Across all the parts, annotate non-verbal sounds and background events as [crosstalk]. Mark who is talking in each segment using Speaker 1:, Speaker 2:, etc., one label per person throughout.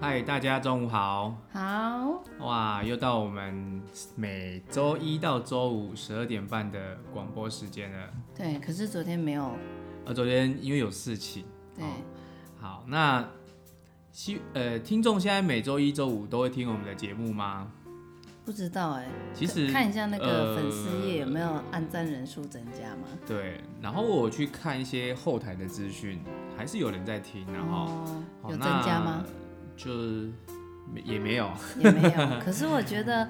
Speaker 1: 嗨，大家中午好！
Speaker 2: 好，
Speaker 1: 哇，又到我们每周一到周五十二点半的广播时间了。
Speaker 2: 对，可是昨天没有，
Speaker 1: 呃，昨天因为有事情，
Speaker 2: 对，
Speaker 1: 哦好，那希呃，听众现在每周一、周五都会听我们的节目吗？
Speaker 2: 不知道哎、
Speaker 1: 其实
Speaker 2: 看一下那个
Speaker 1: 呃
Speaker 2: 粉丝页有没有按赞人数增加嘛？
Speaker 1: 对，然后我去看一些后台的资讯，还是有人在听，呃然后、
Speaker 2: 哦
Speaker 1: 好
Speaker 2: 有增加吗？？
Speaker 1: 那就没也没有，
Speaker 2: 也没
Speaker 1: [laughs]
Speaker 2: 有。可是我觉得，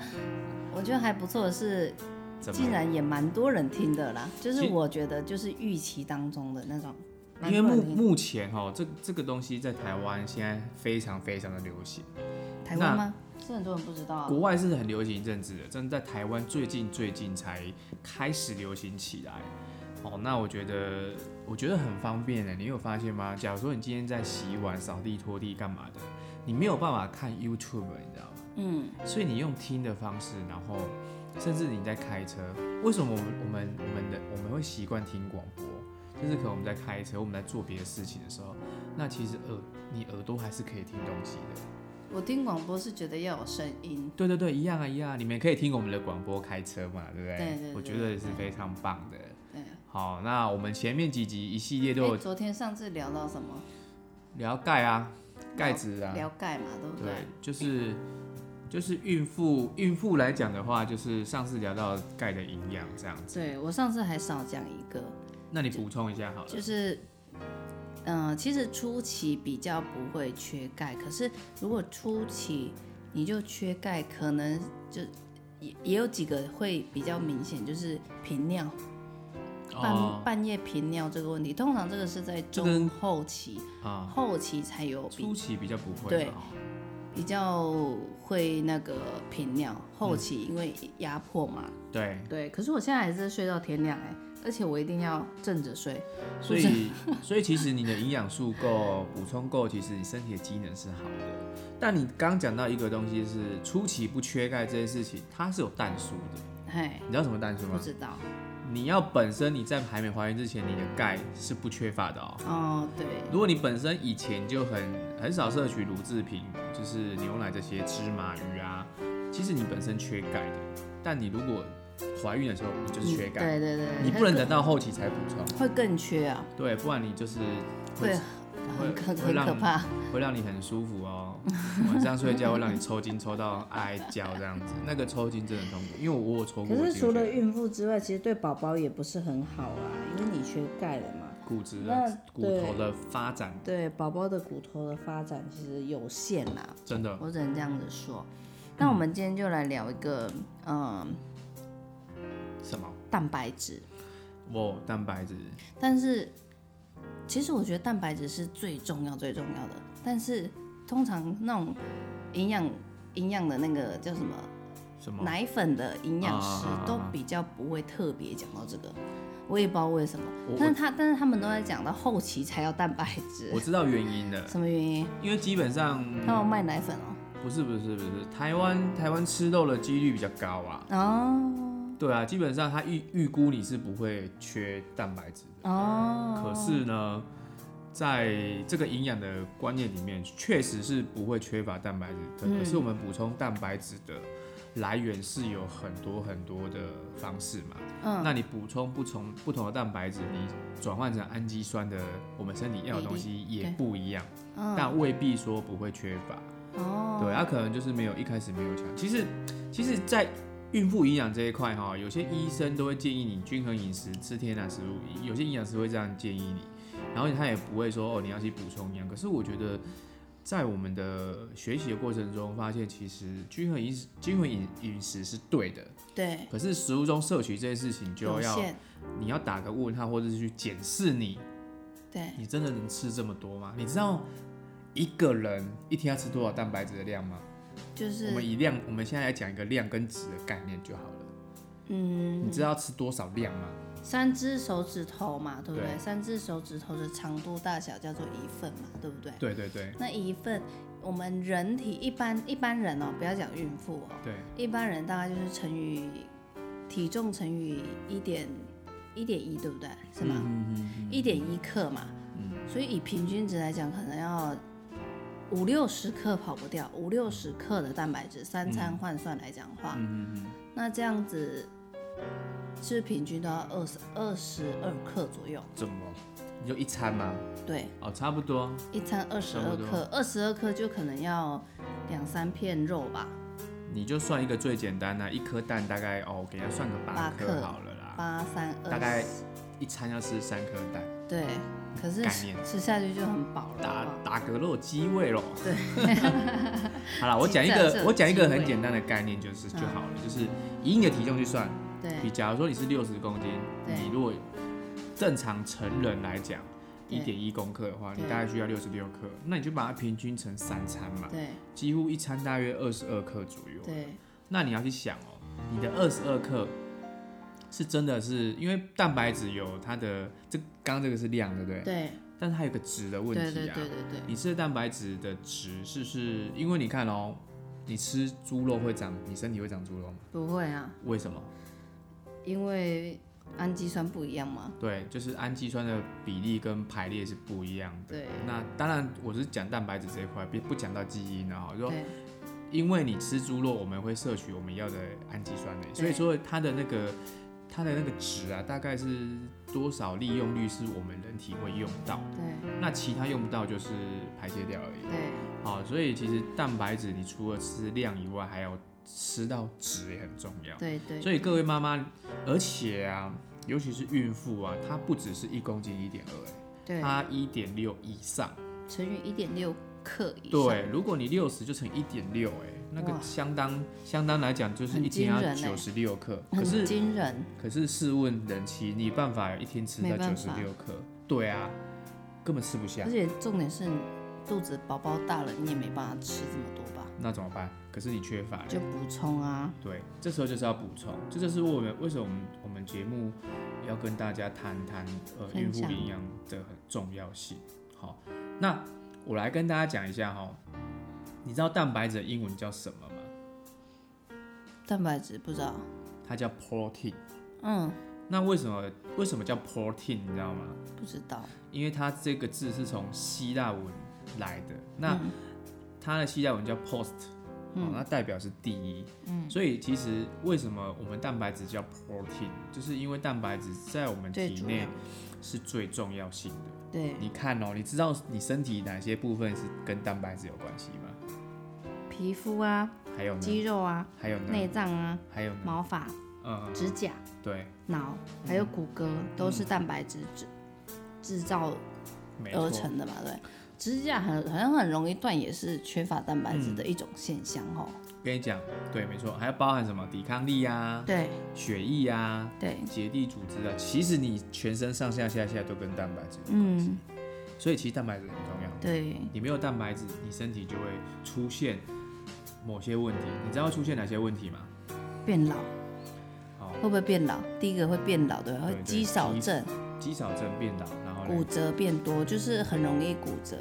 Speaker 2: 我觉得还不错的是，
Speaker 1: 怎么
Speaker 2: 竟然也蛮多人听的啦。就是
Speaker 1: 其
Speaker 2: 我觉得就是预期当中的那种，蛮
Speaker 1: 因为
Speaker 2: 多
Speaker 1: 目
Speaker 2: 人听。
Speaker 1: 目前哈、这这个东西在台湾现在非常非常的流行，
Speaker 2: 台湾吗？是很多人不知道啊。
Speaker 1: 国外是很流行一阵子的，但是在台湾最近最近才开始流行起来。哦，那我觉得我觉得很方便欸的，你有发现吗？假如说你今天在洗碗、扫地、拖地干嘛的，你没有办法看 YouTube，你知道吗？
Speaker 2: 嗯，
Speaker 1: 所以你用听的方式，然后甚至你在开车，为什么我们我们我们的我们会习惯听广播？就是可能我们在开车，我们在做别的事情的时候，那其实耳你耳朵还是可以听东西的。
Speaker 2: 我听广播是觉得要有声音，
Speaker 1: 对对对，一样啊一样啊，你们也可以听我们的广播开车嘛，对不对？
Speaker 2: 对对对
Speaker 1: 我觉得是非常棒的。
Speaker 2: 对。
Speaker 1: 好，那我们前面几集一系列都
Speaker 2: 哎
Speaker 1: 有
Speaker 2: 昨天上次聊到什么？
Speaker 1: 聊钙啊、钙质啊，
Speaker 2: 聊钙嘛，对不
Speaker 1: 对，就是就是孕妇孕妇来讲的话，就是上次聊到钙的营养这样子，
Speaker 2: 对，我上次还少讲一个，
Speaker 1: 那你补充一下好了。
Speaker 2: 就是，嗯、其实初期比较不会缺钙，可是如果初期你就缺钙，可能就也也有几个会比较明显，就是频尿，半、
Speaker 1: 哦
Speaker 2: 半夜频尿这个问题，通常这个是在
Speaker 1: 这跟
Speaker 2: 中后期，
Speaker 1: 啊、
Speaker 2: 后期才有比
Speaker 1: 初期比较不会。
Speaker 2: 对
Speaker 1: 哦，
Speaker 2: 比较会那个频尿，
Speaker 1: 嗯
Speaker 2: 后期因为压迫嘛，
Speaker 1: 对，
Speaker 2: 对。可是我现在还是睡到天亮哎、而且我一定要正着睡，
Speaker 1: 所以 [laughs] 所以其实你的营养素够，补充够，其实你身体的机能是好的。但你刚讲到一个东西是初期不缺钙这件事情，它是有氮素的。
Speaker 2: 嘿，
Speaker 1: 你知道什么氮素
Speaker 2: 不
Speaker 1: 吗？
Speaker 2: 知道。
Speaker 1: 你要本身你在还没怀孕之前，你的钙是不缺乏的哦。
Speaker 2: 哦，对，
Speaker 1: 如果你本身以前就很很少摄取乳制品，就是牛奶这些芝麻鱼啊，其实你本身缺钙的。但你如果怀孕的时候，你就是缺钙，
Speaker 2: 嗯对对对，
Speaker 1: 你不能等到后期才补充，
Speaker 2: 会更缺啊，
Speaker 1: 对，不然你就是
Speaker 2: 会
Speaker 1: 会
Speaker 2: 很可
Speaker 1: 会
Speaker 2: 很
Speaker 1: 让
Speaker 2: 可怕。
Speaker 1: 会让你很舒服哦。 [laughs] 晚上睡觉会让你抽筋抽到哀叫这样子，那个抽筋真的很痛苦，因为我有抽过
Speaker 2: 可是
Speaker 1: 筋，
Speaker 2: 除了孕妇之外，其实对宝宝也不是很好啊，因为你缺钙了嘛。
Speaker 1: 骨质
Speaker 2: 那
Speaker 1: 的骨头的发展
Speaker 2: 对宝宝的骨头的发展其实有限啦，
Speaker 1: 真的
Speaker 2: 我只能这样子说。那我们今天就来聊一个，嗯，
Speaker 1: 什么？
Speaker 2: 蛋白质。
Speaker 1: 哦，蛋白质
Speaker 2: 但是，其实我觉得蛋白质是最重要最重要的。但是，通常那种营养营养的那个叫什么
Speaker 1: 什么？
Speaker 2: 奶粉的营养师
Speaker 1: 啊
Speaker 2: 都比较不会特别讲到这个，我也不知道为什么
Speaker 1: 我。
Speaker 2: 但是他但是他们都在讲到后期才要蛋白质
Speaker 1: 我，知道原因了，
Speaker 2: [laughs] 什么原因？
Speaker 1: 因为基本上
Speaker 2: 他们卖奶粉哦、
Speaker 1: 不是不是不是，台湾台湾吃肉的几率比较高啊。
Speaker 2: 哦
Speaker 1: 对啊，基本上他预预估你是不会缺蛋白质的。
Speaker 2: 哦，
Speaker 1: 可是呢，在这个营养的观念里面，确实是不会缺乏蛋白质的。
Speaker 2: 嗯
Speaker 1: 可是我们补充蛋白质的来源是有很多很多的方式嘛。
Speaker 2: 嗯，
Speaker 1: 那你补充不同不同的蛋白质，你转换成氨基酸的，我们身体要的东西
Speaker 2: 比例
Speaker 1: 也
Speaker 2: 对
Speaker 1: 不一样，
Speaker 2: 嗯
Speaker 1: 但未必说不会缺乏。
Speaker 2: 哦，
Speaker 1: 对，他、啊可能就是没有一开始没有强。其实，其实，在孕妇营养这一块哈，有些医生都会建议你均衡饮食，吃天然食物，有些营养师会这样建议你，然后他也不会说哦你要去补充营养。可是我觉得，在我们的学习的过程中，发现其实均衡饮食、均衡饮饮食是对的，
Speaker 2: 对，
Speaker 1: 可是食物中摄取这件事情就
Speaker 2: 有
Speaker 1: 要
Speaker 2: 限，
Speaker 1: 你要打个问号，或者是去检视你，
Speaker 2: 对，
Speaker 1: 你真的能吃这么多吗？你知道一个人一天要吃多少蛋白质的量吗？
Speaker 2: 就
Speaker 1: 我们
Speaker 2: 是
Speaker 1: 以量，我们现在来讲一个量跟值的概念就好了。
Speaker 2: 嗯，
Speaker 1: 你知道吃多少量吗？
Speaker 2: 三只手指头嘛，对不对？
Speaker 1: 对
Speaker 2: 三只手指头的长度大小叫做一份嘛，对不对？
Speaker 1: 对对对
Speaker 2: 那一份，我们人体一般一般人哦，不要讲孕妇哦，
Speaker 1: 对，
Speaker 2: 一般人大概就是乘以体重乘以一点一点一，对不对？是吗？
Speaker 1: 嗯嗯
Speaker 2: 一点一克嘛，
Speaker 1: 嗯
Speaker 2: 所以以平均值来讲，可能要五六十克跑不掉，五六十克的蛋白质，三
Speaker 1: 嗯
Speaker 2: 餐换算来讲的话，那这样子是平均都要二十二十二克左右，
Speaker 1: 怎么？你就一餐吗？
Speaker 2: 对，
Speaker 1: 哦，差不多，
Speaker 2: 一餐二十
Speaker 1: 差
Speaker 2: 二
Speaker 1: 不多
Speaker 2: 克，二十二克就可能要两三片肉吧，
Speaker 1: 你就算一个最简单的、一颗蛋大概哦，我给它算个八
Speaker 2: 八
Speaker 1: 颗
Speaker 2: 克
Speaker 1: 好了啦，
Speaker 2: 八三二，
Speaker 1: 大概一餐要吃三颗蛋，
Speaker 2: 对，可是
Speaker 1: 概
Speaker 2: 吃
Speaker 1: 念
Speaker 2: 吃下去就很饱了
Speaker 1: 打
Speaker 2: 好不好，
Speaker 1: 打嗝肉鸡胃咯。对， [laughs] 好了，我
Speaker 2: [laughs]
Speaker 1: 讲一
Speaker 2: 鸡这
Speaker 1: 个
Speaker 2: 这
Speaker 1: 我讲一个
Speaker 2: 鸡
Speaker 1: 很
Speaker 2: 胃
Speaker 1: 简单的概念就是就
Speaker 2: 嗯
Speaker 1: 好了，就是以你的体重去算，
Speaker 2: 对
Speaker 1: 你假如说你是六十公斤，
Speaker 2: 对
Speaker 1: 你如果正常成人来讲，
Speaker 2: 对
Speaker 1: 一点一公克的话，你
Speaker 2: 对
Speaker 1: 大概需要六十六克，那你就把它平均成三餐嘛，
Speaker 2: 对
Speaker 1: 几乎一餐大约二十二克左右。
Speaker 2: 对
Speaker 1: 那你要去想哦，你的二十二克是真的是因为蛋白质有它的这刚刚这个是量，对不对？
Speaker 2: 对
Speaker 1: 但是它有个值的问
Speaker 2: 对
Speaker 1: 题
Speaker 2: 对
Speaker 1: 啊。
Speaker 2: 对对对，
Speaker 1: 你吃的蛋白质的值是不是？因为你看哦，你吃猪肉会长，你身体会长猪肉吗？
Speaker 2: 不会啊，
Speaker 1: 为什么？
Speaker 2: 因为氨基酸不一样嘛，
Speaker 1: 对，就是氨基酸的比例跟排列是不一样的。
Speaker 2: 对
Speaker 1: 那当然，我是讲蛋白质这一块，不不讲到基因啊。就说
Speaker 2: 对
Speaker 1: 因为你吃猪肉，我们会摄取我们要的氨基酸的，所以说它的那个它的那个值啊，大概是多少利用率是我们人体会用到，
Speaker 2: 对
Speaker 1: 那其他用不到就是排泄掉而已。
Speaker 2: 对
Speaker 1: 好，所以其实蛋白质你除了吃量以外，还要吃到质也很重要。
Speaker 2: 对对，
Speaker 1: 所以各位妈妈，而且啊，尤其是孕妇啊，她不只是一公斤一点二，
Speaker 2: 对
Speaker 1: 她一点六以上。
Speaker 2: 乘以一点六克以上，
Speaker 1: 对，如果你六十就乘一点六，哎，那个
Speaker 2: 哇
Speaker 1: 相当相当来讲就是
Speaker 2: 很
Speaker 1: 一天
Speaker 2: 惊
Speaker 1: 要
Speaker 2: 人欸
Speaker 1: 九十六克，可
Speaker 2: 很
Speaker 1: 是
Speaker 2: 惊人，
Speaker 1: 可是试问人妻，你办法一天吃到
Speaker 2: 没
Speaker 1: 九
Speaker 2: 办
Speaker 1: 十
Speaker 2: 法
Speaker 1: 六克？对啊，根本吃不下
Speaker 2: 而，且重点是你肚子饱饱大了，你也没办法吃这么多吧？
Speaker 1: 那怎么办？可是你缺乏了。
Speaker 2: 就补充啊，
Speaker 1: 对，这时候就是要补充，这就是我们为什么我们我们节目要跟大家谈谈呃
Speaker 2: 分
Speaker 1: 孕妇
Speaker 2: 享
Speaker 1: 营养的很重要性。好，那我来跟大家讲一下哈、你知道蛋白质的英文叫什么吗？
Speaker 2: 蛋白质不知道，
Speaker 1: 它叫 protein。
Speaker 2: 嗯，
Speaker 1: 那为什么为什么叫 protein？你知道吗？
Speaker 2: 不知道，
Speaker 1: 因为它这个字是从希腊文来的，那
Speaker 2: 嗯
Speaker 1: 它的希腊文叫 post，、哦，那代表是第一。嗯，所以其实为什么我们蛋白质叫 protein，就是因为蛋白质在我们
Speaker 2: 最
Speaker 1: 体
Speaker 2: 主
Speaker 1: 内
Speaker 2: 要
Speaker 1: 是最重要性的。
Speaker 2: 对，
Speaker 1: 你看哦，你知道你身体哪些部分是跟蛋白质有关系吗？
Speaker 2: 皮肤啊，
Speaker 1: 还有呢？
Speaker 2: 肌肉啊，
Speaker 1: 还有呢？
Speaker 2: 内脏啊，
Speaker 1: 还有呢？
Speaker 2: 毛发、
Speaker 1: 嗯，
Speaker 2: 指甲、
Speaker 1: 对，
Speaker 2: 脑还
Speaker 1: 嗯
Speaker 2: 有骨骼都是蛋白质制制造
Speaker 1: 没
Speaker 2: 而
Speaker 1: 错，
Speaker 2: 成的嘛，对。指甲很好像很容易断，也是缺乏蛋白
Speaker 1: 嗯
Speaker 2: 质的一种现象哦。
Speaker 1: 跟你讲，对，没错，还要包含什么抵抗力啊、
Speaker 2: 对
Speaker 1: 血液啊、
Speaker 2: 对，
Speaker 1: 结缔组织啊，其实你全身上下下下都跟蛋白质，
Speaker 2: 嗯
Speaker 1: 所以其实蛋白质很重要。
Speaker 2: 对，
Speaker 1: 你没有蛋白质，你身体就会出现某些问题。你知道会出现哪些问题吗？
Speaker 2: 变老
Speaker 1: 好
Speaker 2: 会不会变老？第一个会变老，对吧，
Speaker 1: 对
Speaker 2: 会
Speaker 1: 对
Speaker 2: 肌少症、
Speaker 1: 肌少症变老，然后
Speaker 2: 骨
Speaker 1: 呢？
Speaker 2: 折变多，就是很容易骨折，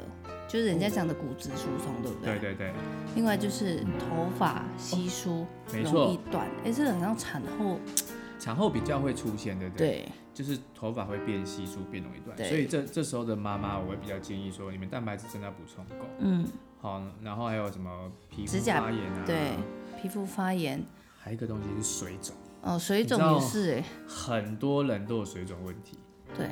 Speaker 2: 就是人家讲的骨质疏松，对不
Speaker 1: 对
Speaker 2: 对？
Speaker 1: 对对，
Speaker 2: 另外就是头发稀疏，
Speaker 1: 没错
Speaker 2: 容易断，哎，这个好像产后
Speaker 1: 产后比较会出现，对不对？
Speaker 2: 对
Speaker 1: 就是头发会变稀疏、变容易断，
Speaker 2: 对
Speaker 1: 所以这这时候的妈妈，我会比较建议说，你们蛋白质真的要补充够。
Speaker 2: 嗯，
Speaker 1: 好，然后还有什么皮肤
Speaker 2: 指甲
Speaker 1: 发炎啊？
Speaker 2: 对，皮肤发炎
Speaker 1: 还有一个东西是水肿，
Speaker 2: 哦，水肿
Speaker 1: 你知道
Speaker 2: 也是哎，
Speaker 1: 很多人都有水肿问题。
Speaker 2: 对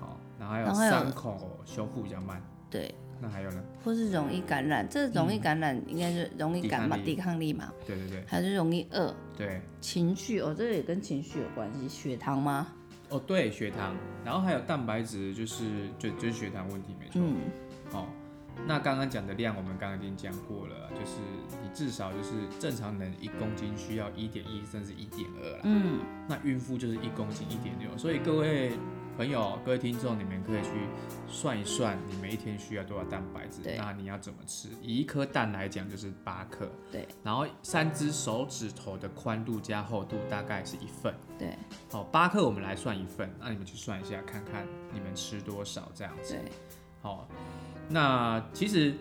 Speaker 1: 好，然后还有
Speaker 2: 然后还有
Speaker 1: 伤口修复比较慢，
Speaker 2: 对，
Speaker 1: 那还有呢？
Speaker 2: 或是容易感染，这容易感染应该是容易感
Speaker 1: 嗯抵
Speaker 2: 冒
Speaker 1: 抗力
Speaker 2: 抵抗力嘛，
Speaker 1: 对对对
Speaker 2: 还是容易饿，
Speaker 1: 对，
Speaker 2: 情绪哦，这个也跟情绪有关系，血糖吗？
Speaker 1: 哦对，血糖，然后还有蛋白质，就是就就是血糖问题没错。
Speaker 2: 嗯，
Speaker 1: 哦，那刚刚讲的量，我们刚刚已经讲过了，就是你至少就是正常人一公斤需要一点一甚至一点二啦。
Speaker 2: 嗯，
Speaker 1: 那孕妇就是一公斤一点六，所以各位。朋友，各位听众，你们可以去算一算，你们一天需要多少蛋白质？
Speaker 2: 对
Speaker 1: 那你要怎么吃？以一颗蛋来讲，就是八克。
Speaker 2: 对
Speaker 1: 然后三只手指头的宽度加厚度大概是一份，
Speaker 2: 对
Speaker 1: 好，八克我们来算一份，那你们去算一下，看看你们吃多少这样子。
Speaker 2: 对
Speaker 1: 啊好，那其实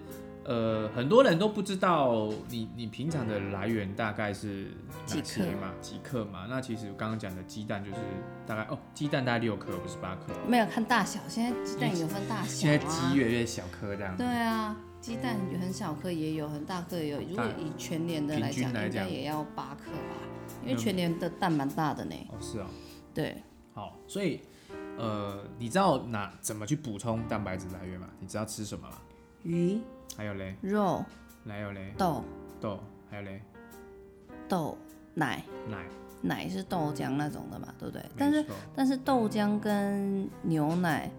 Speaker 1: 呃，很多人都不知道你你平常的来源大概是
Speaker 2: 几
Speaker 1: 哪
Speaker 2: 克
Speaker 1: 些嘛，几克嘛。那其实我刚刚讲的鸡蛋就是大概哦，鸡蛋大概六克，不是八克。
Speaker 2: 没有看大小，现在鸡蛋有分大小、啊。
Speaker 1: 现在鸡越来越小颗这样子
Speaker 2: 对。啊，鸡蛋有很小颗也有，很大颗也有。如果
Speaker 1: 大
Speaker 2: 以全年的来
Speaker 1: 平均
Speaker 2: 讲，
Speaker 1: 来
Speaker 2: 应该
Speaker 1: 讲
Speaker 2: 也要八克吧，因为
Speaker 1: 嗯
Speaker 2: 全年的蛋蛮大的呢。
Speaker 1: 哦，是哦。
Speaker 2: 对，
Speaker 1: 好，所以呃，你知道哪怎么去补充蛋白质来源吗？你知道吃什么吗？
Speaker 2: 鱼、
Speaker 1: 还有嘞，
Speaker 2: 肉、
Speaker 1: 还有嘞，
Speaker 2: 豆、
Speaker 1: 豆，还有嘞，
Speaker 2: 豆奶，
Speaker 1: 奶。
Speaker 2: 奶是豆浆那种的嘛，对不对？但
Speaker 1: 没
Speaker 2: 是
Speaker 1: 错。
Speaker 2: 但是豆浆跟牛奶，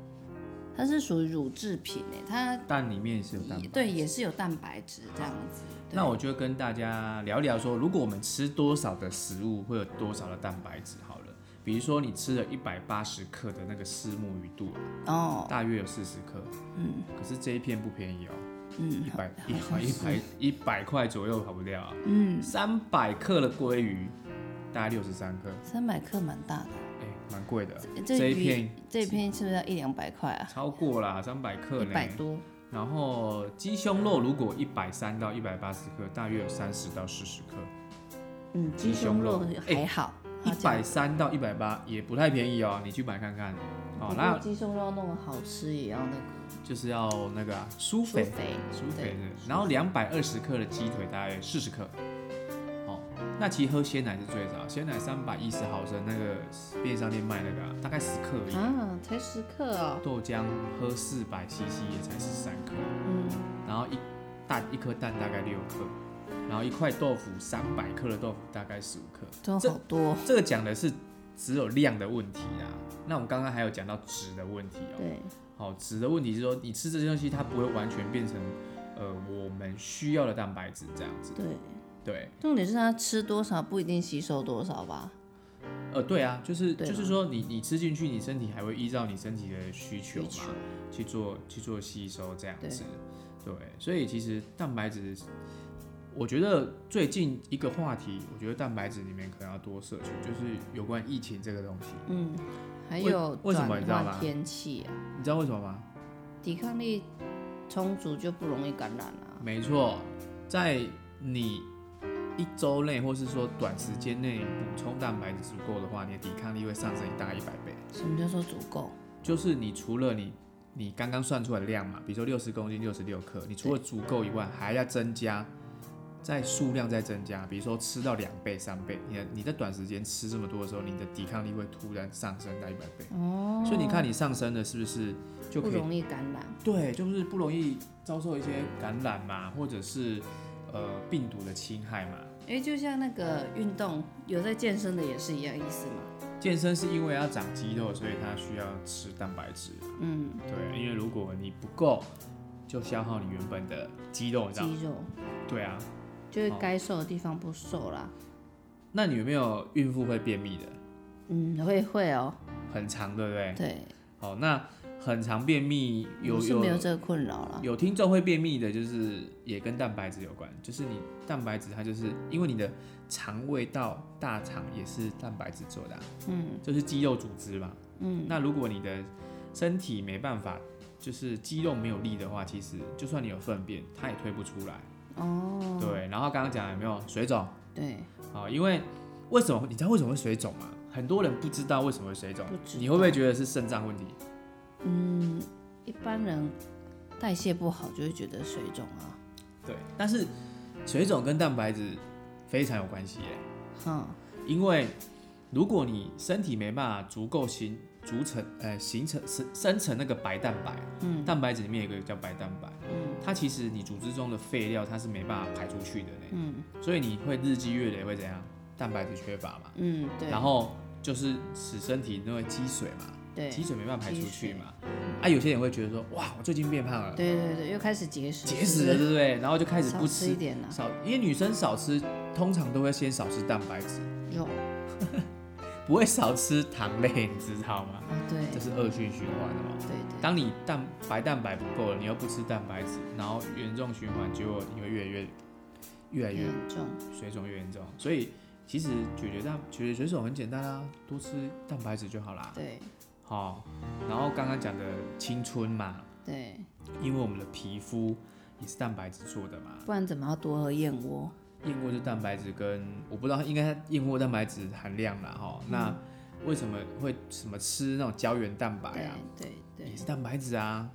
Speaker 2: 它是属于乳制品诶，它
Speaker 1: 蛋里面是有蛋白
Speaker 2: 也
Speaker 1: 质。
Speaker 2: 对也是有蛋白质这样子。对
Speaker 1: 那我就跟大家聊一聊说，如果我们吃多少的食物，会有多少的蛋白质。好了，比如说你吃了一百八十克的那个石目鱼肚啊，
Speaker 2: 哦，
Speaker 1: 大约有四十克，嗯，可是这一片不便宜哦，
Speaker 2: 嗯
Speaker 1: 一，百
Speaker 2: 好
Speaker 1: 一
Speaker 2: 好像
Speaker 1: 百一
Speaker 2: 是 [laughs]
Speaker 1: 百一百块左右跑不掉啊，嗯，三百克的鲑鱼大概六十三克，
Speaker 2: 三百克蛮大的，
Speaker 1: 哎，蛮贵的，
Speaker 2: 这
Speaker 1: 这一
Speaker 2: 鱼
Speaker 1: 片
Speaker 2: 这一片是不是要一两百块啊？
Speaker 1: 超过啦，三百克
Speaker 2: 一
Speaker 1: 呢
Speaker 2: 百，多，
Speaker 1: 然后鸡胸肉如果一百三到一百八十克，大约有三十到四十克，
Speaker 2: 嗯，
Speaker 1: 鸡
Speaker 2: 鸡
Speaker 1: 胸
Speaker 2: 胸
Speaker 1: 肉
Speaker 2: 肉还好，它这
Speaker 1: 哎一
Speaker 2: 样
Speaker 1: 百三到一百八也不太便宜哦，你去买看看。哦，
Speaker 2: 不过
Speaker 1: 那
Speaker 2: 鸡胸肉弄得好吃也要那个
Speaker 1: 就是要那个啊，酥
Speaker 2: 肥
Speaker 1: 肥，酥肥
Speaker 2: 对
Speaker 1: 的。嗯然后两百二十克的鸡腿大概四十克。哦，那其实喝鲜奶是最少，鲜奶三百一十毫升，那个便利商店卖那个啊、大概十克而已。
Speaker 2: 啊，才十克哦，
Speaker 1: 豆浆喝四百 CC 也才十三克，
Speaker 2: 嗯，
Speaker 1: 然后一蛋一颗蛋大概六克，然后一块豆腐三百克的豆腐大概十五克。
Speaker 2: 都
Speaker 1: 这
Speaker 2: 好多，
Speaker 1: 这个讲的是只有量的问题啦。那我们刚刚还有讲到值的问题哦、
Speaker 2: 对，
Speaker 1: 好，值的问题是说，你吃这些东西，它不会完全变成呃我们需要的蛋白质这样子。
Speaker 2: 对，
Speaker 1: 对，
Speaker 2: 重点是它吃多少不一定吸收多少吧，
Speaker 1: 呃，对啊，就是
Speaker 2: 对
Speaker 1: 就
Speaker 2: 啦
Speaker 1: 是说你，你吃进去，你身体还会依照你身体的需求
Speaker 2: 需
Speaker 1: 嘛
Speaker 2: 求
Speaker 1: 去做去做吸收这样子。对，所以其实蛋白质，我觉得最近一个话题，我觉得蛋白质里面可能要多摄取，就是有关疫情这个东西。
Speaker 2: 嗯，还
Speaker 1: 为
Speaker 2: 有
Speaker 1: 为什么
Speaker 2: 转
Speaker 1: 你知道
Speaker 2: 换
Speaker 1: 吗
Speaker 2: 天气啊，
Speaker 1: 你知道为什么吗？
Speaker 2: 抵抗力充足就不容易感染啊，
Speaker 1: 没错，在你一周内，或是说短时间内补充蛋白质足够的话，你的抵抗力会上升大概一百倍。
Speaker 2: 什么叫做足够？
Speaker 1: 就是你除了你你刚刚算出来的量嘛，比如说六十公斤、六十六克，你除了足够以外，还要增加在数量再增加，比如说吃到两倍、三倍，你的你在短时间吃这么多的时候，你的抵抗力会突然上升到一百倍。
Speaker 2: 哦，
Speaker 1: 所以你看，你上升了是不是就
Speaker 2: 不
Speaker 1: 可以
Speaker 2: 容易感染，
Speaker 1: 对，就是不容易遭受一些感染嘛，或者是呃病毒的侵害嘛。
Speaker 2: 因为就像那个运动有在健身的也是一样意思嘛，
Speaker 1: 健身是因为要长肌肉，所以它需要吃蛋白质。
Speaker 2: 嗯，
Speaker 1: 对，因为如果你不够，就消耗你原本的肌肉，你知道吗？
Speaker 2: 肌肉。
Speaker 1: 对啊。
Speaker 2: 就是该瘦的地方不瘦啦。
Speaker 1: 哦那你有没有孕妇会便秘的？
Speaker 2: 嗯，会会哦，
Speaker 1: 很长，对不对？
Speaker 2: 对，
Speaker 1: 好，那很长便秘有
Speaker 2: 我是没有
Speaker 1: 有
Speaker 2: 这个困扰啦。
Speaker 1: 有听众会便秘的，就是也跟蛋白质有关，就是你蛋白质它就是因为你的肠胃道大肠也是蛋白质做的、啊
Speaker 2: 嗯
Speaker 1: 就是肌肉组织嘛。
Speaker 2: 嗯，
Speaker 1: 那如果你的身体没办法，就是肌肉没有力的话，其实就算你有粪便，它也推不出来。
Speaker 2: 哦，
Speaker 1: 对，然后刚刚讲有没有水肿？
Speaker 2: 对，
Speaker 1: 啊，因为为什么你知道为什么会水肿吗？很多人不知道为什么会水肿
Speaker 2: 不，知
Speaker 1: 你会不会
Speaker 2: 道
Speaker 1: 觉得是肾脏问题？
Speaker 2: 嗯，一般人代谢不好就会觉得水肿啊，
Speaker 1: 对，但是水肿跟蛋白质非常有关系耶。
Speaker 2: 哼，
Speaker 1: 因为如果你身体没办法足够形组成呃形成生生成那个白蛋白，嗯，蛋白质里面有一个叫白蛋白，
Speaker 2: 嗯
Speaker 1: 它其实你组织中的废料它是没办法排出去的嘞，
Speaker 2: 嗯
Speaker 1: 所以你会日积月累会怎样？蛋白质缺乏嘛，
Speaker 2: 嗯，对，
Speaker 1: 然后就是使身体因为积水嘛，
Speaker 2: 对
Speaker 1: 积水没办法排出
Speaker 2: 积
Speaker 1: 去
Speaker 2: 水
Speaker 1: 嘛，啊，有些人会觉得说哇，我最近变胖了，
Speaker 2: 对对对，又开始节食，
Speaker 1: 节食
Speaker 2: 是
Speaker 1: 了，
Speaker 2: 不
Speaker 1: 对
Speaker 2: 是
Speaker 1: 不对？然后就开始不
Speaker 2: 少吃一
Speaker 1: 吃
Speaker 2: 点啦，
Speaker 1: 少，因为女生少吃通常都会先少吃蛋白质。
Speaker 2: 肉哦
Speaker 1: 不会少吃糖类， [laughs] 你知道吗？
Speaker 2: 哦，对
Speaker 1: 这是恶性循环哦。
Speaker 2: 对对，
Speaker 1: 当你蛋白蛋白不够了，你又不吃蛋白质，然后严重循环，结果你会越来越越来越
Speaker 2: 严重，
Speaker 1: 水肿越严重。所以其实解决蛋解决水肿很简单啊，多吃蛋白质就好啦。
Speaker 2: 对
Speaker 1: 好、然后刚刚讲的青春嘛，
Speaker 2: 对
Speaker 1: 因为我们的皮肤也是蛋白质做的嘛。
Speaker 2: 不然怎么要多喝燕窝？
Speaker 1: 燕窝就蛋白质跟我不知道，应该它燕窝蛋白质含量啦哈。
Speaker 2: 嗯
Speaker 1: 那为什么会什么吃那种胶原蛋白
Speaker 2: 对
Speaker 1: 啊？
Speaker 2: 对对
Speaker 1: 也是蛋白质啊，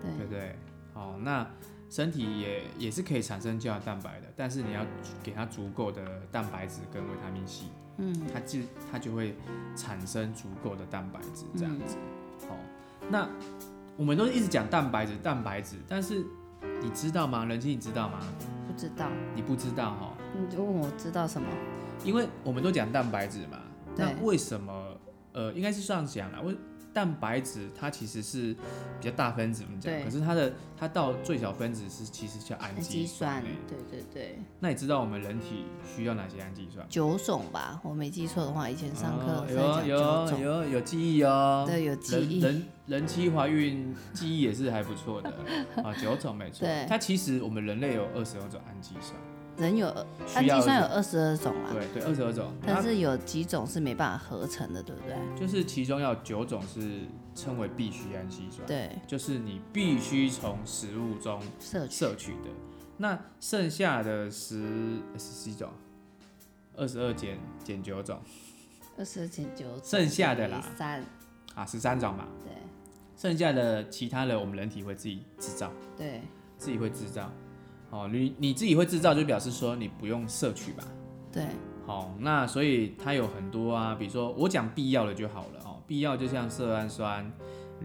Speaker 2: 对
Speaker 1: 对不对？哦，那身体也也是可以产生胶原蛋白的，但是你要给它足够的蛋白质跟维他命 C，
Speaker 2: 嗯
Speaker 1: 它就它就会产生足够的蛋白质这样子。
Speaker 2: 嗯
Speaker 1: 好、那我们都一直讲蛋白质，蛋白质，但是你知道吗？人气你知道吗？
Speaker 2: 不知道，
Speaker 1: 你不知道哈、
Speaker 2: 你就问我知道什么？
Speaker 1: 因为我们都讲蛋白质嘛，
Speaker 2: 对
Speaker 1: 那为什么？呃，应该是这样讲啦，为蛋白质它其实是比较大分子，我们讲，
Speaker 2: 对
Speaker 1: 可是它的它到最小分子是其实叫氨
Speaker 2: 氨基
Speaker 1: 基哎
Speaker 2: 酸
Speaker 1: 类。，
Speaker 2: 对对对，
Speaker 1: 那你知道我们人体需要哪些氨基酸？
Speaker 2: 九种吧，我没记错的话，以前上课
Speaker 1: 哦
Speaker 2: 在讲九
Speaker 1: 有有
Speaker 2: 种，
Speaker 1: 有有记忆哦。
Speaker 2: 对，有记
Speaker 1: 人
Speaker 2: 忆，
Speaker 1: 人人妻怀孕记忆也是还
Speaker 2: [laughs]
Speaker 1: 不错的啊，九种没错
Speaker 2: 对。
Speaker 1: 它其实我们人类有二十二种氨基酸，
Speaker 2: 人有氨
Speaker 1: 需要
Speaker 2: 基酸有二十二种啦，
Speaker 1: 对啊对，二十二种。
Speaker 2: 但是有几种是没办法合成的，对不对？
Speaker 1: 它就是其中要有九种是称为必需氨基酸。
Speaker 2: 对，
Speaker 1: 就是你必须从食物中
Speaker 2: 摄取
Speaker 1: 摄取的。那剩下的十十七种，二十二减减九种
Speaker 2: 二十减九，
Speaker 1: 剩下的啦
Speaker 2: 三，
Speaker 1: 啊，十三种嘛。
Speaker 2: 对
Speaker 1: 剩下的其他的，我们人体会自己制造，
Speaker 2: 对，
Speaker 1: 自己会制造。哦，你你自己会制造，就表示说你不用摄取吧。
Speaker 2: 对，
Speaker 1: 好、那所以它有很多啊，比如说我讲必要的就好了哦，必要就像色氨酸、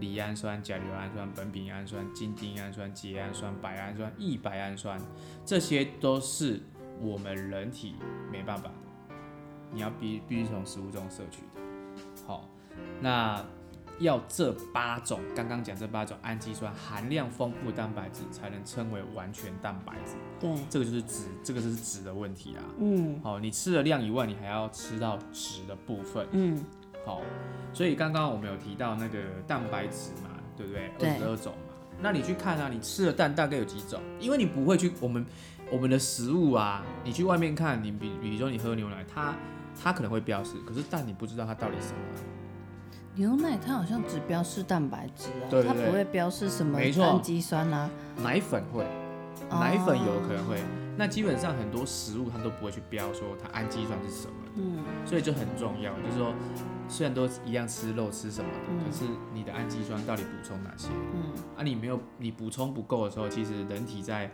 Speaker 1: 赖氨酸、甲硫氨酸、苯丙氨酸、金丁氨酸、缬氨酸、白氨酸、异白氨酸，这些都是我们人体没办法的，你要必必须从食物中摄取的。好、那要这八种刚刚讲这八种氨基酸含量丰富的蛋白质才能称为完全蛋白质，
Speaker 2: 对，
Speaker 1: 这个就是质，这个就是质的问题啦、
Speaker 2: 嗯
Speaker 1: 好，你吃的量以外，你还要吃到质的部分。
Speaker 2: 嗯，
Speaker 1: 好，所以刚刚我们有提到那个蛋白质嘛，对不对？
Speaker 2: 对
Speaker 1: 二十二种嘛。那你去看啊，你吃的蛋大概有几种？因为你不会去我们我们的食物啊，你去外面看，你比比如说你喝牛奶，它它可能会标示，可是蛋你不知道它到底什么啊、
Speaker 2: 牛奶它好像只标示蛋白质啊，
Speaker 1: 对对
Speaker 2: 它不
Speaker 1: 对
Speaker 2: 会标示什么
Speaker 1: 没错
Speaker 2: 氨基酸啊啦、
Speaker 1: 奶粉会，
Speaker 2: 哦
Speaker 1: 奶粉有可能会。那基本上很多食物它都不会去标说它氨基酸是什么。
Speaker 2: 嗯，
Speaker 1: 所以就很重要，就是说，虽然都一样吃肉吃什么的，
Speaker 2: 嗯
Speaker 1: 可是你的氨基酸到底补充哪些？
Speaker 2: 嗯，
Speaker 1: 啊，你没有你补充不够的时候，其实人体在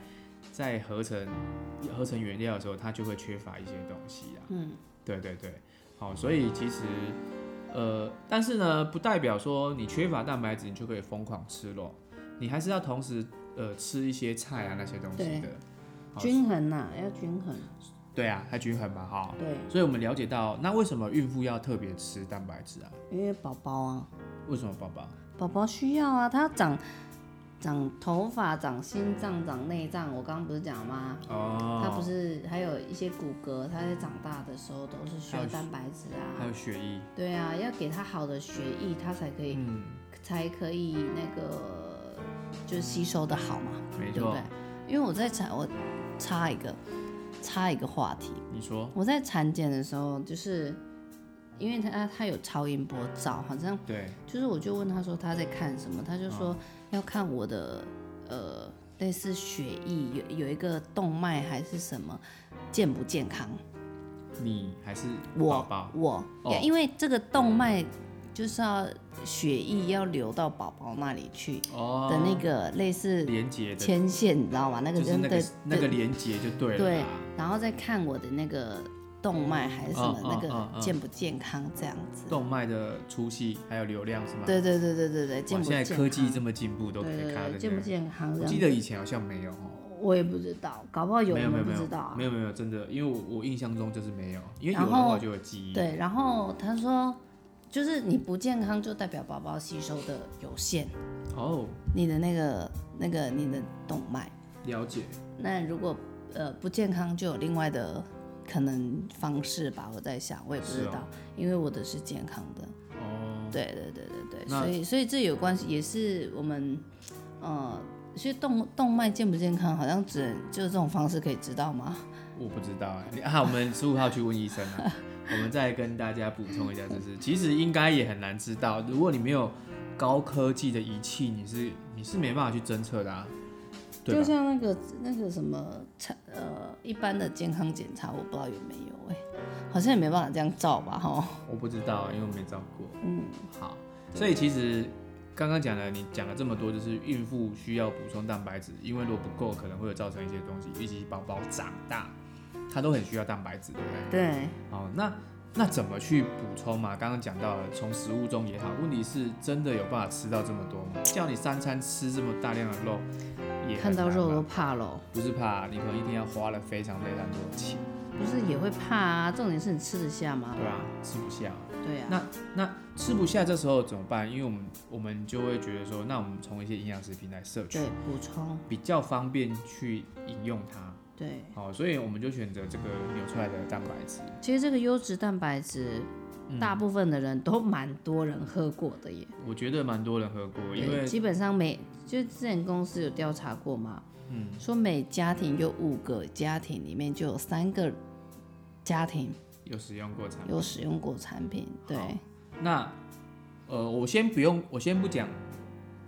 Speaker 1: 在合成合成原料的时候，它就会缺乏一些东西啊。
Speaker 2: 嗯，
Speaker 1: 对对对，好，所以其实呃，但是呢，不代表说你缺乏蛋白质，你就可以疯狂吃肉，你还是要同时呃吃一些菜啊那些东西
Speaker 2: 对
Speaker 1: 的。好
Speaker 2: 均衡呐、要均衡，
Speaker 1: 对啊，它均衡嘛哈。
Speaker 2: 对，
Speaker 1: 所以我们了解到，那为什么孕妇要特别吃蛋白质啊？
Speaker 2: 因为宝宝啊，
Speaker 1: 为什么宝宝？
Speaker 2: 宝宝需要啊，他长长头发、长心脏、长内脏，我刚刚不是讲吗？
Speaker 1: 哦
Speaker 2: 他不是还有一些骨骼，他在长大的时候都是需要
Speaker 1: 还有
Speaker 2: 蛋白质
Speaker 1: 还
Speaker 2: 啊。
Speaker 1: 有血液，
Speaker 2: 对啊，要给他好的血液，他才可以、
Speaker 1: 嗯，
Speaker 2: 才可以那个就是吸收的好嘛，
Speaker 1: 没
Speaker 2: 对不
Speaker 1: 错
Speaker 2: 对，？因为我在产我插一个插一个话题，
Speaker 1: 你说
Speaker 2: 我在产检的时候，就是因为他他有超音波照，好像
Speaker 1: 对，
Speaker 2: 就是我就问他说他在看什么，他就
Speaker 1: 嗯
Speaker 2: 说要看我的呃类似血液有有一个动脉还是什么健不健康，
Speaker 1: 你还是宝
Speaker 2: 我
Speaker 1: 宝，
Speaker 2: 我、
Speaker 1: 哦
Speaker 2: 因为这个动脉就是要血液要流到宝宝那里去
Speaker 1: 哦
Speaker 2: 的那个类似
Speaker 1: 连接的，
Speaker 2: 牵线，你知道吗？那个
Speaker 1: 就是
Speaker 2: 真
Speaker 1: 那
Speaker 2: 的
Speaker 1: 个那个连接就对了
Speaker 2: 对
Speaker 1: 啦，，
Speaker 2: 然后再看我的那个动脉还是什么
Speaker 1: 嗯，嗯
Speaker 2: 那
Speaker 1: 嗯
Speaker 2: 个
Speaker 1: 嗯
Speaker 2: 健不健康这样子。
Speaker 1: 动脉的粗细还有流量是吗？
Speaker 2: 对对对对对对，
Speaker 1: 哇，
Speaker 2: 健不
Speaker 1: 现
Speaker 2: 健
Speaker 1: 在
Speaker 2: 康？
Speaker 1: 科技这么进步，都
Speaker 2: 对
Speaker 1: 可以
Speaker 2: 对
Speaker 1: 看
Speaker 2: 对，
Speaker 1: 到
Speaker 2: 健
Speaker 1: 这
Speaker 2: 不
Speaker 1: 些。
Speaker 2: 健康这
Speaker 1: 我
Speaker 2: 样
Speaker 1: 记
Speaker 2: 子？
Speaker 1: 得以前好像没有哦，
Speaker 2: 我也不知道，搞不好有
Speaker 1: 没有
Speaker 2: 人
Speaker 1: 没有
Speaker 2: 不
Speaker 1: 没
Speaker 2: 知
Speaker 1: 有
Speaker 2: 道啊
Speaker 1: 没。有没有真的，因为我我印象中就是没有，因为有
Speaker 2: 然
Speaker 1: 的话
Speaker 2: 后
Speaker 1: 就有记忆。
Speaker 2: 对，然后他说，就是你不健康就代表宝宝吸收的有限，
Speaker 1: 哦，
Speaker 2: 你的那个那个你的动脉。
Speaker 1: 了解，
Speaker 2: 那如果呃不健康，就有另外的可能方式吧。我在想，我也不
Speaker 1: 是
Speaker 2: 知
Speaker 1: 哦
Speaker 2: 道，因为我的是健康的。
Speaker 1: 哦，
Speaker 2: 对对对对对，
Speaker 1: 那
Speaker 2: 所以所以这有关系，也是我们呃，所以动动脉健不健康，好像只能就是这种方式可以知道吗？
Speaker 1: 我不知道哎、啊，我们十五号去问医生
Speaker 2: [laughs]
Speaker 1: 啊，我们再跟大家补充一下，就是其实应该也很难知道，如果你没有高科技的仪器，你是你是没办法去侦测的啊。对
Speaker 2: 就
Speaker 1: 吧？
Speaker 2: 像那个那个什么产呃一般的健康检查，我不知道有没有哎、好像也没办法这样照吧哈。
Speaker 1: 我不知道，因为我没照过。
Speaker 2: 嗯，
Speaker 1: 好，所以其实刚刚讲了，你讲了这么多，就是孕妇需要补充蛋白质，因为如果不够，可能会有造成一些东西，以及宝宝长大，他都很需要蛋白质，对不对？
Speaker 2: 对，
Speaker 1: 好，那那怎么去补充嘛？刚刚讲到了，从食物中也好，问题是真的有办法吃到这么多吗？叫你三餐吃这么大量的肉，
Speaker 2: [laughs]
Speaker 1: 也
Speaker 2: 看
Speaker 1: 很
Speaker 2: 到
Speaker 1: 难
Speaker 2: 肉
Speaker 1: 吧
Speaker 2: 都怕咯，
Speaker 1: 不是怕，你可能一天要花了非常非常多的钱，
Speaker 2: 不是也会怕啊？重点是你吃得下吗
Speaker 1: 对？吧、吃不下。
Speaker 2: 对啊，
Speaker 1: 那那吃不下这时候怎么办？因为我们我们就会觉得说，那我们从一些营养食品来摄取
Speaker 2: 对，补充，
Speaker 1: 比较方便去饮用它。
Speaker 2: 对，
Speaker 1: 好，所以我们就选择这个扭出来的蛋白质。
Speaker 2: 其实这个优质蛋白质，
Speaker 1: 嗯
Speaker 2: 大部分的人都蛮多人喝过的耶。
Speaker 1: 我觉得蛮多人喝过，因
Speaker 2: 对
Speaker 1: 为
Speaker 2: 基本上每就之前公司有调查过嘛，嗯，说每家庭有五个家庭里面就有三个家庭
Speaker 1: 有使用过产品。
Speaker 2: 有使用过产品，对
Speaker 1: 好那呃，我先不用，我先不讲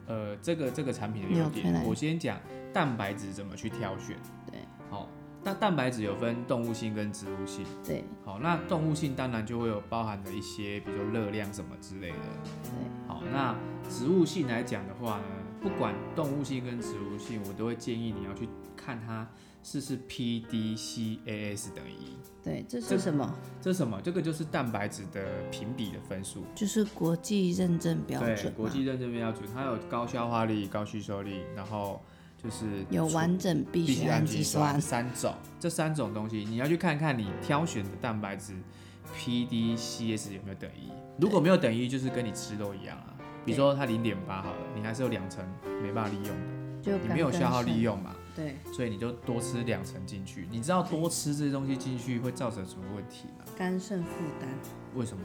Speaker 1: 呃这个这个产品的优
Speaker 2: 没有推
Speaker 1: 点
Speaker 2: 来，
Speaker 1: 我先讲蛋白质怎么去挑选。
Speaker 2: 对，
Speaker 1: 好，那蛋白质有分动物性跟植物性。
Speaker 2: 对
Speaker 1: 好，那动物性当然就会有包含的一些，比如说热量什么之类的。
Speaker 2: 对，
Speaker 1: 好，那植物性来讲的话呢，不管动物性跟植物性，我都会建议你要去看它是是 PDCAS 等于一，
Speaker 2: 对，这
Speaker 1: 这
Speaker 2: 是什么？
Speaker 1: 这是什么？这个就是蛋白质的评比的分数。
Speaker 2: 就是国际认证标
Speaker 1: 对，
Speaker 2: 准
Speaker 1: 国
Speaker 2: 嘛，
Speaker 1: 际认证标准，它有高消化力、高吸收力，然后就是
Speaker 2: 有完整必
Speaker 1: 必需
Speaker 2: 需
Speaker 1: 氨
Speaker 2: 氨
Speaker 1: 基
Speaker 2: 基
Speaker 1: 酸
Speaker 2: 酸，
Speaker 1: 三种，这三种东西你要去看看你挑选的蛋白质 PDCS 有没有等于一，如果没有等于一，就是跟你吃肉一样啊。比如说它零点八好了，你还是有两成没办法利用的，
Speaker 2: 就
Speaker 1: 你没有消耗利
Speaker 2: 用，
Speaker 1: 用嘛，
Speaker 2: 对，
Speaker 1: 所以你就多吃两成进去。你知道多吃这些东西进去会造成什么问题吗？
Speaker 2: 肝肾负担，
Speaker 1: 为什么？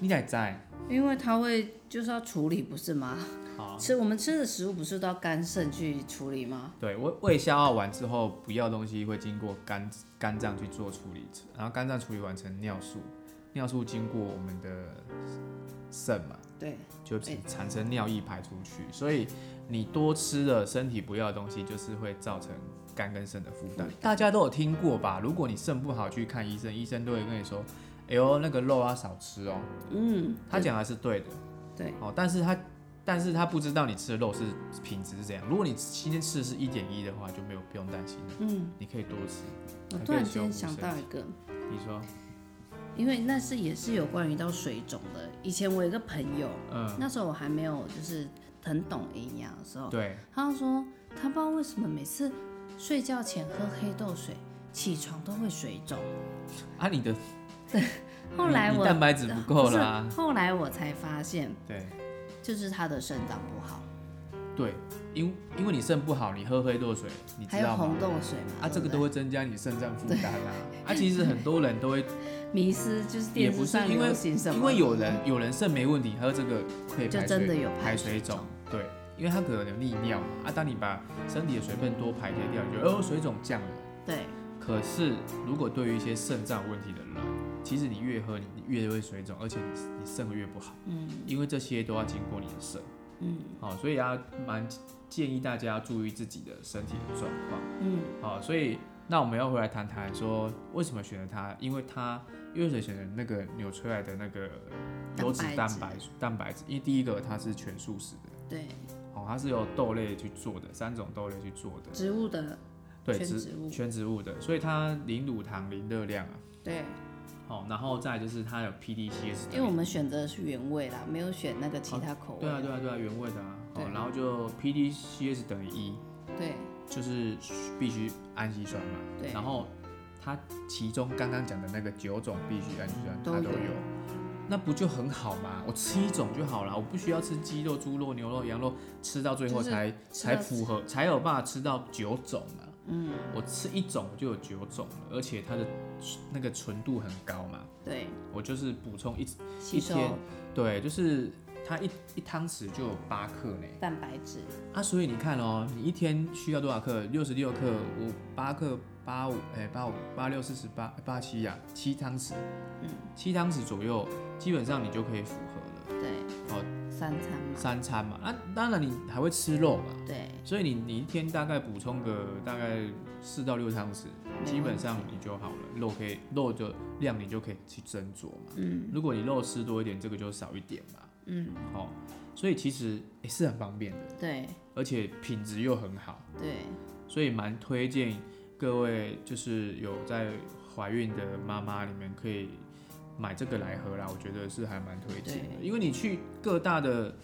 Speaker 1: 你得在
Speaker 2: 因为它会就是要处理，不是吗？
Speaker 1: 好，
Speaker 2: 吃我们吃的食物不是都要肝肾去处理吗？
Speaker 1: 对，胃胃消化完之后，不要的东西会经过肝肝脏去做处理，然后肝脏处理完成尿素，尿素经过我们的肾嘛，
Speaker 2: 对，
Speaker 1: 就
Speaker 2: 对
Speaker 1: 产生尿液排出去。所以你多吃了身体不要的东西，就是会造成肝跟肾的负担。大家都有听过吧？如果你肾不好去看医生，医生都会跟你说：“哎呦，那个肉啊少吃哦。
Speaker 2: 嗯”，
Speaker 1: 他讲的是对的。
Speaker 2: 对，
Speaker 1: 哦，但是他但是他不知道你吃的肉是品质是怎样。如果你今天吃的是一点一的话，就没有不用担心了，
Speaker 2: 嗯，
Speaker 1: 你可以多吃。
Speaker 2: 我
Speaker 1: 还
Speaker 2: 突
Speaker 1: 可以
Speaker 2: 然
Speaker 1: 修
Speaker 2: 间
Speaker 1: 复
Speaker 2: 想
Speaker 1: 身
Speaker 2: 到
Speaker 1: 体
Speaker 2: 一个，
Speaker 1: 你说，
Speaker 2: 因为那是也是有关于到水肿的。以前我有一个朋友，
Speaker 1: 嗯，
Speaker 2: 那时候我还没有就是很懂营养的时候，
Speaker 1: 对，
Speaker 2: 他就说他不知道为什么每次睡觉前喝黑豆水，起床都会水肿。
Speaker 1: 啊，你的
Speaker 2: 后来
Speaker 1: 你
Speaker 2: 我
Speaker 1: 蛋白质不够
Speaker 2: 是
Speaker 1: 啦
Speaker 2: 后来我才发现，
Speaker 1: 对
Speaker 2: 就是他的肾脏不好，
Speaker 1: 对，因因为你肾不好，你喝黑豆水，你
Speaker 2: 还
Speaker 1: 知
Speaker 2: 有
Speaker 1: 道吗
Speaker 2: 红？豆水嘛，
Speaker 1: 啊，这
Speaker 2: 对
Speaker 1: 个
Speaker 2: 不
Speaker 1: 都
Speaker 2: 对
Speaker 1: 会增加你肾脏负担啊。啊，其实很多人都会，
Speaker 2: 迷失，就是
Speaker 1: 也
Speaker 2: 电
Speaker 1: 不
Speaker 2: 视
Speaker 1: 是
Speaker 2: 上
Speaker 1: 因为
Speaker 2: 流行什么，
Speaker 1: 因为有人有人肾没问题，喝这个可以
Speaker 2: 就
Speaker 1: 排
Speaker 2: 真
Speaker 1: 水
Speaker 2: 的有
Speaker 1: 排
Speaker 2: 排
Speaker 1: 水
Speaker 2: 水
Speaker 1: 肿
Speaker 2: 肿，
Speaker 1: 对，因为它可能有利尿嘛。啊，当你把身体的水分多排泄掉，你觉得哦水肿降了。
Speaker 2: 对
Speaker 1: 可是，如果对于一些肾脏问题的人，其实你越喝，你越会水肿，而且你你肾会越不好。嗯，因为这些都要经过你的肾。嗯，好，所以要蛮建议大家要注意自己的身体的状况。嗯，好，所以那我们要回来谈谈说为什么选择它，因为它因为谁选择那个纽崔莱的那个
Speaker 2: 蛋
Speaker 1: 优质
Speaker 2: 白
Speaker 1: 蛋
Speaker 2: 质
Speaker 1: 白蛋白质，因为第一个它是全素食的，
Speaker 2: 对
Speaker 1: 哦，它是由豆类去做的，三种豆类去做的，
Speaker 2: 植物的
Speaker 1: 对，
Speaker 2: 全
Speaker 1: 植
Speaker 2: 植物
Speaker 1: 全植物的，所以它零乳糖、零热量啊。
Speaker 2: 对，
Speaker 1: 好、然后再来就是它有 PDCS，
Speaker 2: 因为我们选择的是原味啦，没有选那个其他口味。
Speaker 1: 对啊对啊对啊原味的啊，好、
Speaker 2: 对
Speaker 1: 然后就 PDCS 等于一，
Speaker 2: 对
Speaker 1: 就是必须氨基酸嘛，
Speaker 2: 对
Speaker 1: 然后它其中刚刚讲的那个九种必需氨基酸它
Speaker 2: 嗯都
Speaker 1: 都
Speaker 2: 有
Speaker 1: 有，那不就很好吗？我吃一种就好了，我不需要吃鸡肉、猪肉、牛肉、羊肉，吃到最后
Speaker 2: 就是
Speaker 1: 才、
Speaker 2: 吃
Speaker 1: 才
Speaker 2: 到
Speaker 1: 符合，才有办法吃到九种嘛。嗯，我吃一种就有九种了，而且它的那个纯度很高嘛，
Speaker 2: 对，
Speaker 1: 我就是补充一
Speaker 2: 吸收
Speaker 1: 天对，就是它一一汤匙就有八克呢。
Speaker 2: 蛋白质，
Speaker 1: 啊，所以你看哦，你一天需要多少克？六十六克，五八克，八五，哎，八五八六四十八八七呀，七汤匙，嗯，七汤匙左右，基本上你就可以符合了。
Speaker 2: 对，
Speaker 1: 好，
Speaker 2: 三餐嘛，
Speaker 1: 三餐嘛，那当然你还会吃肉嘛，
Speaker 2: 对，
Speaker 1: 所以你你一天大概补充个大概四到六汤匙，
Speaker 2: 没
Speaker 1: 基本上
Speaker 2: 问题
Speaker 1: 你就好了，肉可以肉的量你就可以去斟酌嘛。
Speaker 2: 嗯
Speaker 1: 如果你肉吃多一点，这个就少一点嘛。
Speaker 2: 嗯，
Speaker 1: 好、所以其实也、是很方便的，
Speaker 2: 对
Speaker 1: 而且品质又很好，
Speaker 2: 对，
Speaker 1: 所以蛮推荐各位就是有在怀孕的妈妈，你们可以买这个来喝啦，我觉得是还蛮推荐的，
Speaker 2: 对
Speaker 1: 因为你去各大的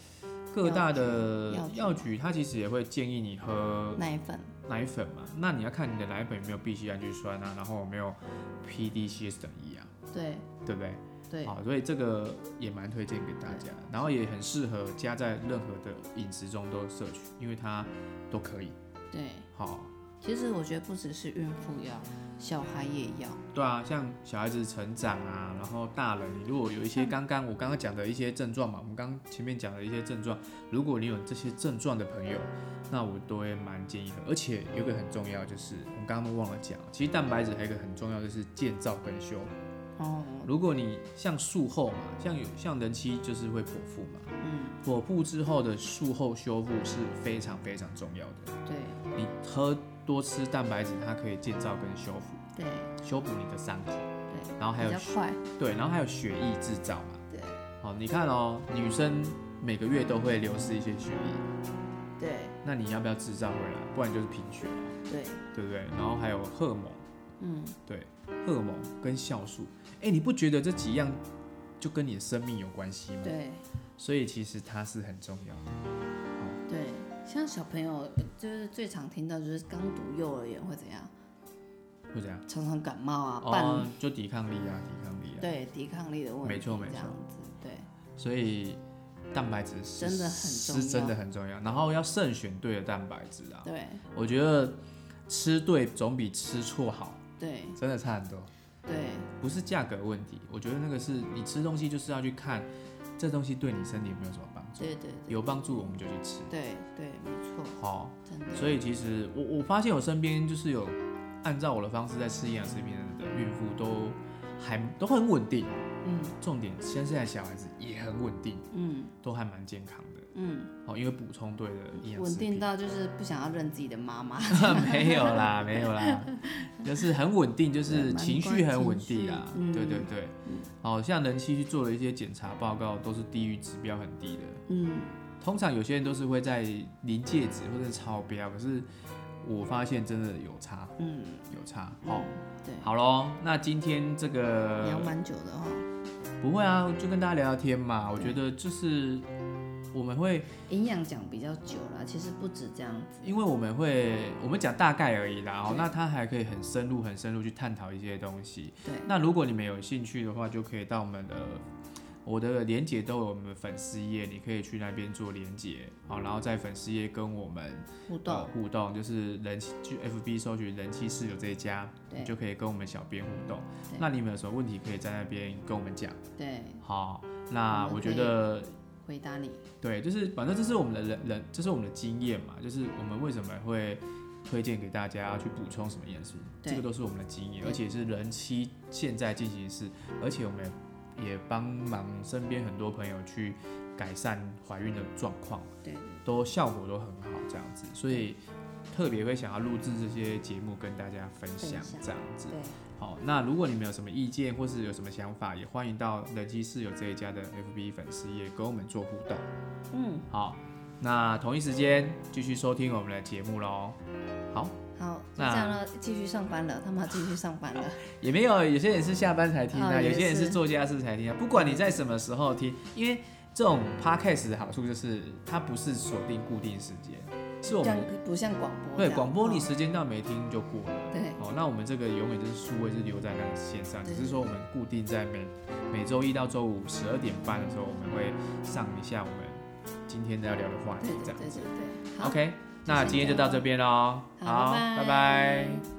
Speaker 1: 各大的
Speaker 2: 药局
Speaker 1: 药局，它其实也会建议你喝
Speaker 2: 奶粉，
Speaker 1: 奶粉嘛，那你要看你的奶粉有没有必需氨基酸啊，然后有没有 PDCS 等一啊，
Speaker 2: 对
Speaker 1: 对不对？
Speaker 2: 对
Speaker 1: 好，所以这个也蛮推荐给大家，然后也很适合加在任何的饮食中都摄取，因为它都可以。
Speaker 2: 对，
Speaker 1: 好，
Speaker 2: 其实我觉得不只是孕妇要，小孩也要，
Speaker 1: 对啊，像小孩子成长啊，然后大人，你如果有一些刚刚我刚刚讲的一些症状嘛，我们刚刚前面讲的一些症状，如果你有这些症状的朋友，那我都会蛮建议的。而且有一个很重要，就是我们刚刚忘了讲，其实蛋白质还有一个很重要，就是建造跟修。
Speaker 2: 哦，
Speaker 1: 如果你像术后嘛，像有像人妻就是会剖腹嘛，
Speaker 2: 嗯，
Speaker 1: 剖腹之后的术后修复是非常非常重要的。
Speaker 2: 对
Speaker 1: 你喝多吃蛋白质，它可以建造跟修复，
Speaker 2: 对
Speaker 1: 修补你的伤口。
Speaker 2: 对，
Speaker 1: 然哦后还有
Speaker 2: 比较快，
Speaker 1: 对，然后还有血液制造嘛。
Speaker 2: 对
Speaker 1: 好，你看哦，女生每个月都会流失一些血液，
Speaker 2: 对
Speaker 1: 那你要不要制造回来？不然就是贫血，
Speaker 2: 对，
Speaker 1: 对不对？然后还有荷尔蒙，
Speaker 2: 嗯，
Speaker 1: 对，荷尔蒙跟酵素。哎，你不觉得这几样就跟你的生命有关系吗？
Speaker 2: 对。
Speaker 1: 所以其实它是很重要的。
Speaker 2: 对，像小朋友就是最常听到就是刚读幼儿园会怎样，
Speaker 1: 会怎样？
Speaker 2: 常常感冒啊，伴、
Speaker 1: 哦，就抵抗力啊，抵抗力啊。
Speaker 2: 对抵抗力的问题，
Speaker 1: 没错没
Speaker 2: 这样子，对
Speaker 1: 所以蛋白质是
Speaker 2: 真的很重要
Speaker 1: 是真的很重要。然后要慎选对的蛋白质啊，
Speaker 2: 对
Speaker 1: 我觉得吃对总比吃错好，
Speaker 2: 对
Speaker 1: 真的差很多。
Speaker 2: 对
Speaker 1: 不是价格问题，我觉得那个是你吃东西就是要去看这东西对你身体有没有什么帮助，
Speaker 2: 对对
Speaker 1: 有帮助我们就去吃。
Speaker 2: 对对，没错，
Speaker 1: 好、
Speaker 2: 真的，
Speaker 1: 所以其实我我发现我身边就是有按照我的方式在吃营养食品的孕妇都还都很稳定，
Speaker 2: 嗯
Speaker 1: 重点现在小孩子也很稳定，
Speaker 2: 嗯
Speaker 1: 都还蛮健康的。
Speaker 2: 嗯，
Speaker 1: 哦，因为补充对的营养
Speaker 2: 稳
Speaker 1: 食
Speaker 2: 定
Speaker 1: 品，
Speaker 2: 到就是不想要认自己的妈
Speaker 1: [laughs]
Speaker 2: 妈，
Speaker 1: 没有啦，没有啦，就是很稳定，就
Speaker 2: 对
Speaker 1: 是
Speaker 2: 蛮
Speaker 1: 情
Speaker 2: 关
Speaker 1: 绪很
Speaker 2: 情
Speaker 1: 稳定
Speaker 2: 绪
Speaker 1: 啦，
Speaker 2: 嗯
Speaker 1: 对对对，哦，像人妻去做了一些检查报告，都是低于指标很低的，
Speaker 2: 嗯
Speaker 1: 通常有些人都是会在临界值或者是超标，可是我发现真的有差，
Speaker 2: 嗯，
Speaker 1: 有差，哦，
Speaker 2: 对，
Speaker 1: 好呃咯，那今天这
Speaker 2: 聊
Speaker 1: 个
Speaker 2: 蛮久的哦，
Speaker 1: 不会啊，就跟大家聊聊天嘛，我
Speaker 2: 对
Speaker 1: 觉得就是我们会。
Speaker 2: 营养讲比较久了，其实不止这样子，
Speaker 1: 因为我们会，我们讲大概而已啦。哦，
Speaker 2: 对
Speaker 1: 那他还可以很深入、很深入去探讨一些东西。
Speaker 2: 对
Speaker 1: 那如果你们有兴趣的话，就可以到我们的我的连接都有我们粉丝页，你可以去那边做连接，好，然后在粉丝页跟我们
Speaker 2: 互
Speaker 1: 呃
Speaker 2: 动，
Speaker 1: 互动，就是人气去 FB 搜寻人气室友这一家，
Speaker 2: 对
Speaker 1: 你就可以跟我们小编互动
Speaker 2: 对。
Speaker 1: 那你们有什么问题可以在那边跟我们讲。
Speaker 2: 对，
Speaker 1: 好，那
Speaker 2: 我们
Speaker 1: 我觉
Speaker 2: 可以
Speaker 1: 得
Speaker 2: 回答你，
Speaker 1: 对，就是反正这是我们的人人，这是我们的经验嘛，就是我们为什么会推荐给大家去补充什么元素，
Speaker 2: 对
Speaker 1: 这个都是我们的经验，
Speaker 2: 对
Speaker 1: 而且是人妻现在进行式，而且我们也也帮忙身边很多朋友去改善怀孕的状况，
Speaker 2: 对
Speaker 1: 都效果都很好这样子，所以特别会想要录制这些节目跟大家分享
Speaker 2: 分享
Speaker 1: 这样子。
Speaker 2: 对，
Speaker 1: 好，那如果你们有什么意见或是有什么想法，也欢迎到人机室友这一家的 FB 粉丝页跟我们做互动。
Speaker 2: 嗯，
Speaker 1: 好，那同一时间继续收听我们的节目喽。好，
Speaker 2: 好，就这
Speaker 1: 那
Speaker 2: 样了，继续上班了，他们要继续上班
Speaker 1: [laughs]
Speaker 2: 了。
Speaker 1: 也没有，有些人是下班才听啊，
Speaker 2: 哦也
Speaker 1: 有些人是
Speaker 2: 是
Speaker 1: 做家事才听啊。不管你在什么时候听，因为这种 podcast 的好处就是它不是锁定固定时间，是我
Speaker 2: 这样
Speaker 1: 们
Speaker 2: 不像广播这
Speaker 1: 对
Speaker 2: 样。
Speaker 1: 广播你
Speaker 2: 哦
Speaker 1: 时间到没听就过了。
Speaker 2: 对
Speaker 1: 哦，那我们这个永远就是数位是留在那个线上，只
Speaker 2: 对
Speaker 1: 是说我们固定在每每周一到周五十二点半的时候，我们会上一下我们今天要聊的话题
Speaker 2: 对
Speaker 1: 这
Speaker 2: 对
Speaker 1: 样
Speaker 2: 对
Speaker 1: 子。啊
Speaker 2: 对对，好
Speaker 1: OK，那今天就到这边喽。
Speaker 2: 好，
Speaker 1: 拜拜。
Speaker 2: 拜